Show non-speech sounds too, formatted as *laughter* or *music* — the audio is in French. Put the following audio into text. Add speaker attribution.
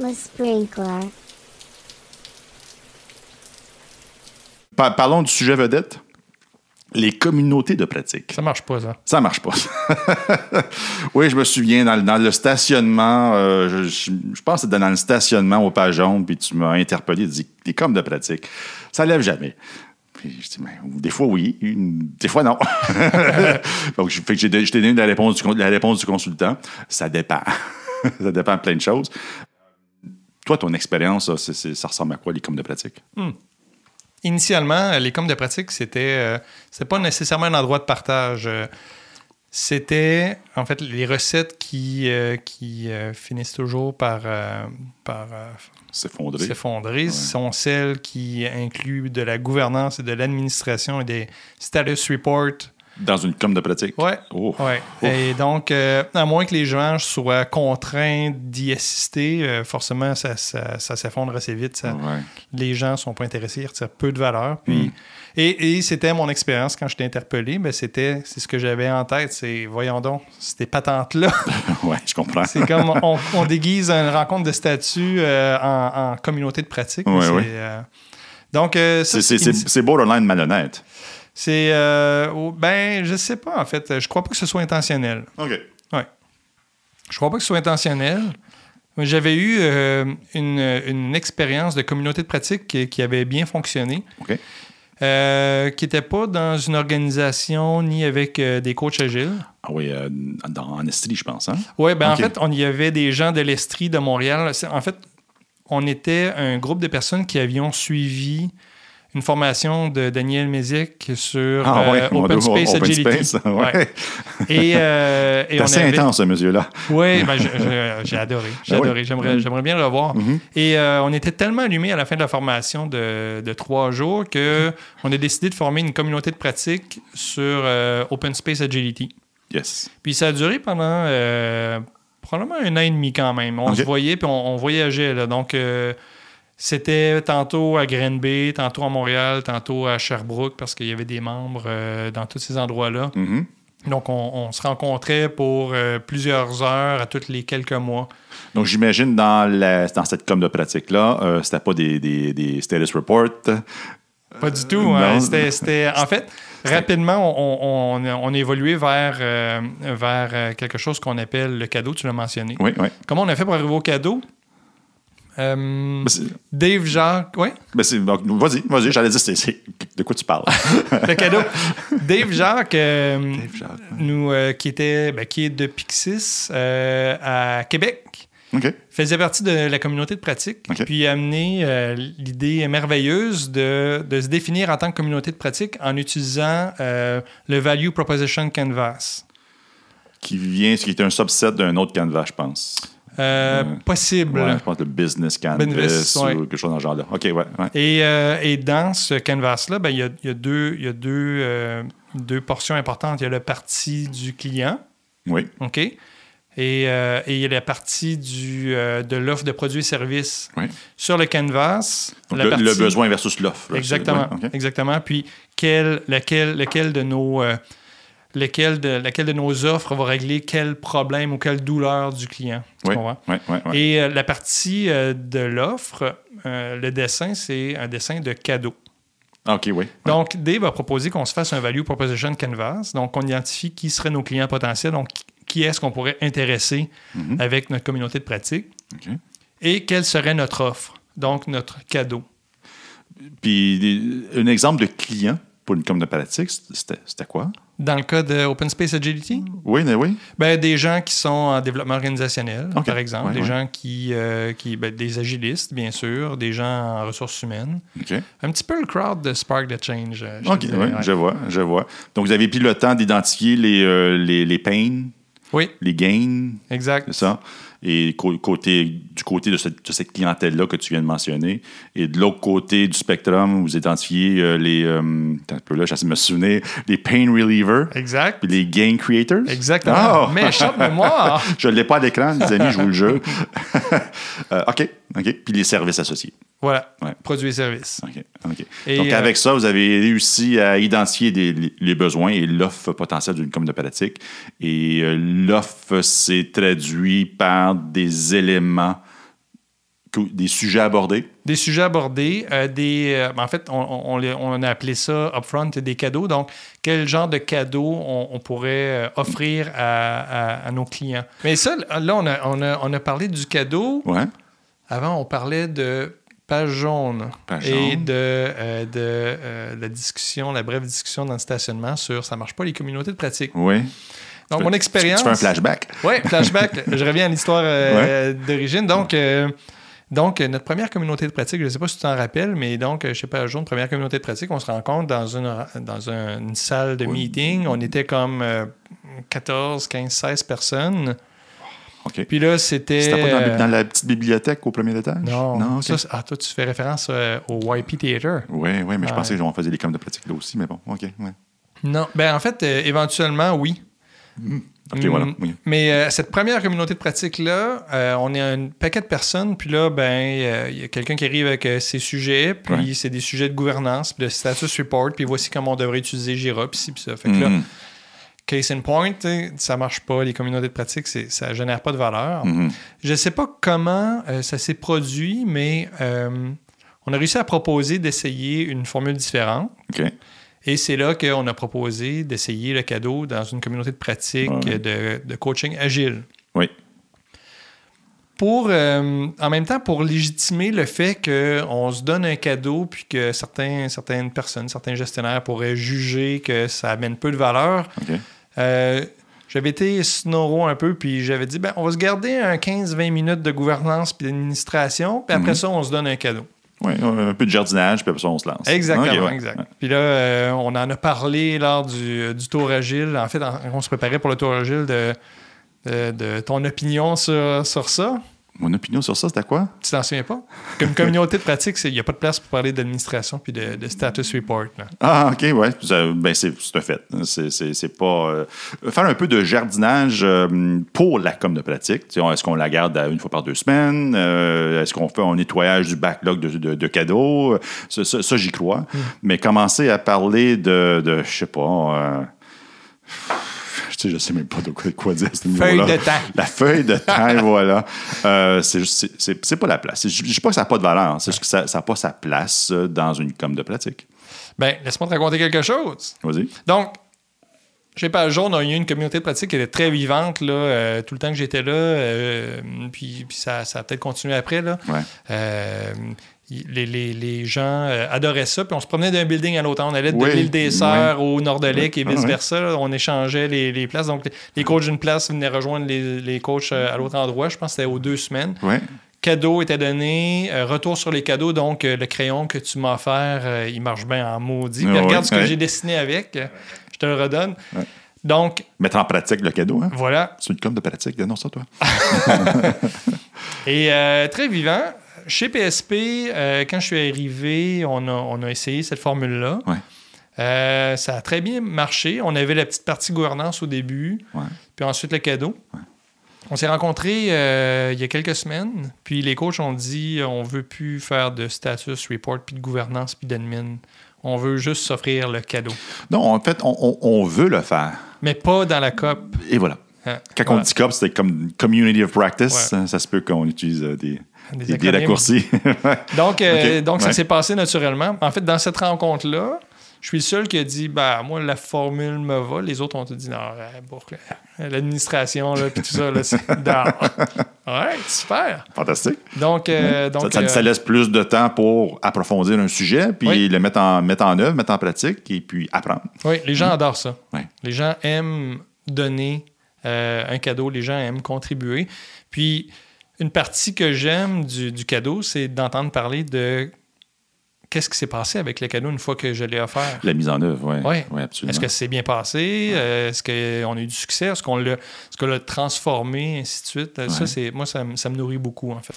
Speaker 1: Le sprinkler.
Speaker 2: Pa- parlons du sujet vedette. Les communautés de pratique.
Speaker 3: Ça marche pas, ça.
Speaker 2: Ça marche pas. *laughs* oui, je me souviens, dans le, dans le stationnement, euh, je, je- je pense que c'était dans le stationnement au page jaune, puis tu m'as interpellé, tu dis, t'es comme de pratique. Ça lève jamais. Puis je dis, Ben, des fois oui, une- des fois non. *laughs* Donc, je, fait que j'ai don- je t'ai donné la réponse, du, con- la réponse du consultant. Ça dépend. *laughs* ça dépend de plein de choses. Toi, ton expérience, ça, c'est- c'est- ça ressemble à quoi, les coms de pratique?
Speaker 3: Initialement, euh, les coms de pratique, c'était euh, c'était pas nécessairement un endroit de partage. Euh, C'était en fait les recettes qui, euh, qui euh, finissent toujours par, euh, par euh,
Speaker 2: S'effondrer.
Speaker 3: s'effondrer sont celles qui incluent de la gouvernance et de l'administration et des status reports.
Speaker 2: Dans une com de pratique?
Speaker 3: Ouais.
Speaker 2: Oh.
Speaker 3: Ouais.
Speaker 2: Ouf.
Speaker 3: Et donc, euh, à moins que les gens soient contraints d'y assister, euh, forcément, ça, ça- ça s'effondre assez vite. Ça,
Speaker 2: Ouais. *laughs*
Speaker 3: les gens sont pas intéressés, ils retirent peu de valeur. Puis,
Speaker 2: Mm.
Speaker 3: Et, et c'était mon expérience quand je t'ai interpellé, mais c'était c'est ce que j'avais en tête, c'est voyons donc, c'était patente-là.
Speaker 2: ouais, je comprends.
Speaker 3: *laughs*
Speaker 2: *laughs*
Speaker 3: c'est comme on, on déguise une rencontre de statut euh, en, en communauté de pratique. mais
Speaker 2: Ouais,
Speaker 3: c'est,
Speaker 2: ouais.
Speaker 3: euh, donc, euh, ça,
Speaker 2: C'est- C'est
Speaker 3: c'est
Speaker 2: c'est- c'est borderline malhonnête.
Speaker 3: c'est, euh, oh, ben, je sais pas en fait, je crois pas que ce soit intentionnel.
Speaker 2: OK.
Speaker 3: Ouais. Je crois pas que ce soit intentionnel. mais J'avais eu euh, une, une expérience de communauté de pratique qui, qui avait bien fonctionné.
Speaker 2: OK.
Speaker 3: Euh, qui n'était pas dans une organisation ni avec euh, des coachs agiles.
Speaker 2: Ah oui, euh, dans, en Estrie, je pense. Hein?
Speaker 3: Oui, ben
Speaker 2: Ok.
Speaker 3: en fait, on y avait des gens de l'Estrie, de Montréal. C'est- En fait, on était un groupe de personnes qui avions suivi une formation de Daniel Mézic sur euh,
Speaker 2: Ah, mon
Speaker 3: Open
Speaker 2: Dieu,
Speaker 3: Space
Speaker 2: Open
Speaker 3: Agility.
Speaker 2: Space, *laughs* ouais.
Speaker 3: Ouais. Et,
Speaker 2: *laughs*
Speaker 3: euh, et
Speaker 2: C'est
Speaker 3: on
Speaker 2: assez
Speaker 3: avait-
Speaker 2: intense, ce monsieur-là.
Speaker 3: Oui, ben, je- je- j'ai adoré. J'ai
Speaker 2: Ben oui.
Speaker 3: adoré. J'aimerais, j'aimerais bien le revoir.
Speaker 2: Mm-hmm.
Speaker 3: Et euh, on était tellement allumés à la fin de la formation de, de trois jours que on a décidé de former une communauté de pratique sur euh, Open Space Agility.
Speaker 2: Yes.
Speaker 3: Puis ça a duré pendant euh, probablement un an et demi quand même. On
Speaker 2: Ok.
Speaker 3: se voyait puis on, on voyageait. là. Donc, euh, c'était tantôt à Green Bay, tantôt à Montréal, tantôt à Sherbrooke parce qu'il y avait des membres euh, dans tous ces endroits-là.
Speaker 2: Mhm.
Speaker 3: Donc, on, on se rencontrait pour euh, plusieurs heures à tous les quelques mois.
Speaker 2: Donc, j'imagine dans, la- dans cette com de pratique-là, euh, c'était pas des, des, des status reports.
Speaker 3: Pas du tout.
Speaker 2: non.
Speaker 3: hein. C'était, c'était- en fait, rapidement, on, on- on- on évoluait vers, euh, vers euh, quelque chose qu'on appelle le cadeau, tu l'as mentionné.
Speaker 2: Oui, oui.
Speaker 3: Comment on a fait pour arriver au cadeau? Euh,
Speaker 2: Ben, c'est-
Speaker 3: Dave Jacques,
Speaker 2: *laughs*
Speaker 3: oui,
Speaker 2: ben, c'est- donc, vas-y, vas-y, j'allais dire, c'est- c'est- de quoi tu *laughs* parles?
Speaker 3: le cadeau. Dave Jacques, euh,
Speaker 2: Dave Jacques, ouais.
Speaker 3: nous, euh, qui, était, ben, qui est de Pixis euh, à Québec.
Speaker 2: OK.
Speaker 3: faisait partie de la communauté de pratique,
Speaker 2: Ok.
Speaker 3: puis a amené euh, l'idée merveilleuse de, de se définir en tant que communauté de pratique en utilisant euh, le Value Proposition Canvas.
Speaker 2: Qui vient, ce qui est un subset d'un autre canevas, je pense.
Speaker 3: Euh,
Speaker 2: Ouais.
Speaker 3: Possible.
Speaker 2: Ouais, je pense le business canvas
Speaker 3: Business, ouais.
Speaker 2: ou quelque chose dans ce genre-là. OK, ouais. ouais.
Speaker 3: Et, euh, et dans ce canvas-là, ben, il y, a, il y a deux, il y a deux, euh, deux portions importantes. Il y a la partie du client,
Speaker 2: Oui.
Speaker 3: OK? Et, euh, et il y a la partie du, euh, de l'offre de produits et services.
Speaker 2: Ouais.
Speaker 3: Sur le canvas,
Speaker 2: Donc,
Speaker 3: la
Speaker 2: le, le
Speaker 3: partie-
Speaker 2: besoin versus l'offre. là, c'est-
Speaker 3: Exactement,
Speaker 2: ouais, OK.
Speaker 3: exactement. Puis quel, lequel, lequel de nos euh, lequel de, laquelle de nos offres va régler quel problème ou quelle douleur du client. Tu
Speaker 2: Oui,
Speaker 3: comprends?
Speaker 2: oui, oui, oui.
Speaker 3: Et euh, la partie euh, de l'offre, euh, le dessin, c'est un dessin de cadeau.
Speaker 2: OK, oui.
Speaker 3: Donc, Dave a proposé qu'on se fasse un Value Proposition Canvas. Donc, on identifie qui seraient nos clients potentiels, donc qui est-ce qu'on pourrait intéresser avec notre communauté de pratique
Speaker 2: Mhm. OK.
Speaker 3: et quelle serait notre offre, donc notre cadeau.
Speaker 2: Puis, des- un exemple de client pour une com de pratique, c'était c'était quoi?
Speaker 3: Dans le cas de Open Space Agility,
Speaker 2: Oui, mais oui.
Speaker 3: Ben, des gens qui sont en développement organisationnel,
Speaker 2: Ok.
Speaker 3: par exemple.
Speaker 2: Ouais,
Speaker 3: des
Speaker 2: ouais.
Speaker 3: gens qui. euh, qui ben, des agilistes, bien sûr. Des gens en ressources humaines.
Speaker 2: OK.
Speaker 3: Un petit peu le crowd de Spark the Change. euh, je
Speaker 2: OK,
Speaker 3: te
Speaker 2: oui,
Speaker 3: dirais, ouais.
Speaker 2: je vois, je vois. Donc, vous avez pris le temps d'identifier les, euh, les, les pains,
Speaker 3: Oui,
Speaker 2: les gains,
Speaker 3: exact.
Speaker 2: c'est ça? Et co- côté, du côté de cette, de cette clientèle-là que tu viens de mentionner. Et de l'autre côté du spectrum, vous identifiez euh, les. euh, attends un peu là, j'essaie de me souvenir, les pain relievers,
Speaker 3: Exact.
Speaker 2: puis les gain creators.
Speaker 3: Exactement. *laughs*
Speaker 2: Oh! *laughs*
Speaker 3: Mais chope mémoire.
Speaker 2: Je ne l'ai pas à l'écran, les amis, je vous le jure. *laughs* Euh, OK, OK. Puis les services associés.
Speaker 3: Voilà.
Speaker 2: Ouais.
Speaker 3: Produits et services.
Speaker 2: OK, OK.
Speaker 3: Et,
Speaker 2: Donc,
Speaker 3: euh,
Speaker 2: avec ça, vous avez réussi à identifier des- les, besoins et l'offre potentielle d'une commune de pratique. Et euh, l'offre s'est traduit par des éléments des sujets abordés.
Speaker 3: Des sujets abordés, euh, des, euh, en fait, on, on, les- on a appelé ça upfront des cadeaux. Donc, quel genre de cadeaux on, on pourrait euh, offrir à, à- à nos clients? Mais ça, là, on a, on a- on a parlé du cadeau.
Speaker 2: Ouais.
Speaker 3: Avant, on parlait de page jaune
Speaker 2: Page
Speaker 3: et
Speaker 2: jaune.
Speaker 3: de, euh, de, euh, la discussion, la brève discussion dans le stationnement sur ça marche pas les communautés de pratique.
Speaker 2: Oui.
Speaker 3: Donc,
Speaker 2: Tu-
Speaker 3: mon
Speaker 2: tu-
Speaker 3: expérience.
Speaker 2: Tu fais un flashback.
Speaker 3: Oui, flashback.
Speaker 2: *laughs*
Speaker 3: je reviens à l'histoire euh, d'origine. Donc, euh, donc, euh, notre première communauté de pratique, je ne sais pas si tu t'en rappelles, mais donc, euh, je sais pas, un jour, une première communauté de pratique, on se rencontre dans une, dans un- une salle de
Speaker 2: Oui.
Speaker 3: meeting. On était comme euh, 14, 15, 16 personnes.
Speaker 2: OK.
Speaker 3: Puis là, c'était.
Speaker 2: C'était pas dans,
Speaker 3: euh,
Speaker 2: dans la petite bibliothèque au premier étage?
Speaker 3: non,
Speaker 2: Non, OK.
Speaker 3: ça, c'est- ah, toi, tu fais référence euh, au YP Theater.
Speaker 2: Oui, oui, mais je
Speaker 3: Ouais.
Speaker 2: pensais qu'on faisait les camps de pratique là aussi, mais bon, OK. Ouais.
Speaker 3: Non, ben en fait, euh, éventuellement, oui.
Speaker 2: OK,
Speaker 3: Mm.
Speaker 2: voilà. Oui.
Speaker 3: Mais euh, cette première communauté de pratique-là, euh, on est un paquet de personnes, puis là, ben, euh, il y a quelqu'un qui arrive avec euh, ses sujets, puis
Speaker 2: Ouais.
Speaker 3: c'est des sujets de gouvernance, puis de status report, puis voici comment on devrait utiliser Jira, puis ci, puis ça. Fait que là,
Speaker 2: Mhm,
Speaker 3: case in point, tu sais, ça marche pas, les communautés de pratique, c'est- ça génère pas de valeur.
Speaker 2: mhm.
Speaker 3: Je sais pas comment euh, ça s'est produit, mais euh, on a réussi à proposer d'essayer une formule différente.
Speaker 2: OK.
Speaker 3: Et c'est là qu'on a proposé d'essayer le cadeau dans une communauté de pratique
Speaker 2: Ouais.
Speaker 3: euh, de, de coaching agile.
Speaker 2: Oui.
Speaker 3: Pour, euh, en même temps, pour légitimer le fait qu'on se donne un cadeau puis que certains, certaines personnes, certains gestionnaires pourraient juger que ça amène peu de valeur,
Speaker 2: OK.
Speaker 3: euh, j'avais été snoro un peu puis j'avais dit ben, on va se garder un 15-20 minutes de gouvernance puis d'administration, puis après
Speaker 2: Mhm.
Speaker 3: ça, on se donne un cadeau.
Speaker 2: Oui, un peu de jardinage, puis après ça, on se lance.
Speaker 3: Exactement,
Speaker 2: OK, ouais.
Speaker 3: exact. Puis là, euh, on en a parlé lors du, euh, du tour agile. En fait, en- on se préparait pour le tour agile de, de, de ton opinion sur, sur ça.
Speaker 2: Mon opinion sur ça, c'était quoi?
Speaker 3: Tu t'en souviens pas?
Speaker 2: *laughs*
Speaker 3: Comme communauté de pratique, il n'y a pas de place pour parler d'administration puis de, de status report. là.
Speaker 2: Ah, OK, ouais. Ça, ben, c'est c'est un fait. C'est- C'est c'est pas. euh, faire un peu de jardinage euh, pour la com de pratique. Tu sais, Est-ce qu'on la garde à une fois par deux semaines? Euh, Est-ce qu'on fait un nettoyage du backlog de, de- de cadeaux? Ça, ça- ça, j'y crois. Mais commencer à parler de. de je sais pas. euh, *sighs* je sais, je sais même pas de quoi, quoi dire à ce niveau-là.
Speaker 3: de temps.
Speaker 2: La feuille de
Speaker 3: *laughs*
Speaker 2: temps, voilà. Euh, c'est juste- c'est- c'est c'est pas la place. Je je dis pas que ça n'a pas de valeur. C'est juste que ça n'a pas sa place euh, dans une com de pratique.
Speaker 3: Ben, laisse-moi te raconter quelque chose.
Speaker 2: Vas-y.
Speaker 3: Donc, je sais pas, un jour, on a eu une communauté de pratique qui était très vivante là, euh, tout le temps que j'étais là. euh, puis, puis ça, ça a peut-être continué après. Là.
Speaker 2: Ouais.
Speaker 3: Euh, y- les, les- les gens euh, adoraient ça. Puis on se promenait d'un building à l'autre. On allait de
Speaker 2: Oui,
Speaker 3: l'île des Sœurs au nord de l'Ec
Speaker 2: Oui.
Speaker 3: et
Speaker 2: Ah,
Speaker 3: vice-versa. là. On échangeait les, les places. Donc, les- les coachs d'une place venaient rejoindre les, les coachs euh, à l'autre endroit. Je pense que c'était aux deux semaines.
Speaker 2: Ouais.
Speaker 3: Cadeau était donné. euh, retour sur les cadeaux. Donc, euh, le crayon que tu m'as offert, euh, il marche bien en maudit. Puis
Speaker 2: Ah Ouais,
Speaker 3: regarde ce que
Speaker 2: ouais.
Speaker 3: j'ai dessiné avec. euh, Je te le redonne.
Speaker 2: Ouais.
Speaker 3: Donc,
Speaker 2: Mettre en pratique le cadeau, hein?
Speaker 3: voilà.
Speaker 2: C'est une com de pratique, dénonce ça, toi.
Speaker 3: Et euh, très vivant. Chez PSP, euh, quand je suis arrivé, on a, on a essayé cette formule-là.
Speaker 2: Ouais.
Speaker 3: Euh, ça a très bien marché. On avait la petite partie gouvernance au début,
Speaker 2: Ouais.
Speaker 3: puis ensuite le cadeau. On s'est rencontrés euh, il y a quelques semaines, puis les coachs ont dit euh, on veut plus faire de status report, puis de gouvernance, puis d'admin. On veut juste s'offrir le cadeau.
Speaker 2: Non, en fait, on, on- on veut le faire.
Speaker 3: Mais pas dans la COP.
Speaker 2: Et voilà.
Speaker 3: Hein,
Speaker 2: Quand
Speaker 3: voilà.
Speaker 2: on dit COP, c'est comme Community of Practice.
Speaker 3: Ouais.
Speaker 2: hein, Ça se peut qu'on utilise euh, des, des-
Speaker 3: Des
Speaker 2: des
Speaker 3: acronymes.
Speaker 2: raccourcis. *laughs* Ouais.
Speaker 3: Donc, euh,
Speaker 2: Ok,
Speaker 3: donc ça
Speaker 2: ouais.
Speaker 3: s'est passé naturellement. En fait, dans cette rencontre-là, je suis le seul qui a dit bah moi, la formule me va. Les autres ont dit non, euh, pour que- l'administration, là, puis tout ça, là,
Speaker 2: *laughs*
Speaker 3: c'est non. Ouais, super.
Speaker 2: Fantastique.
Speaker 3: Donc, euh, donc
Speaker 2: ça, ça-
Speaker 3: euh,
Speaker 2: ça laisse plus de temps pour approfondir un sujet, puis
Speaker 3: Oui.
Speaker 2: le mettre en, mettre en œuvre, mettre en pratique, et puis apprendre.
Speaker 3: oui, les gens adorent ça.
Speaker 2: Mmh. Ouais.
Speaker 3: Les gens aiment donner euh, un cadeau, les gens aiment contribuer. Puis, une partie que j'aime du, du cadeau, c'est d'entendre parler de qu'est-ce qui s'est passé avec le cadeau une fois que je l'ai offert.
Speaker 2: La mise en œuvre, oui.
Speaker 3: Ouais.
Speaker 2: absolument.
Speaker 3: Est-ce que c'est bien passé? Euh, Est-ce qu'on a eu du succès? Est-ce qu'on l'a est-ce qu'on l'a transformé, ainsi de suite? Euh, Ça,
Speaker 2: Ouais.
Speaker 3: c'est moi, ça, me- ça me nourrit beaucoup, en fait.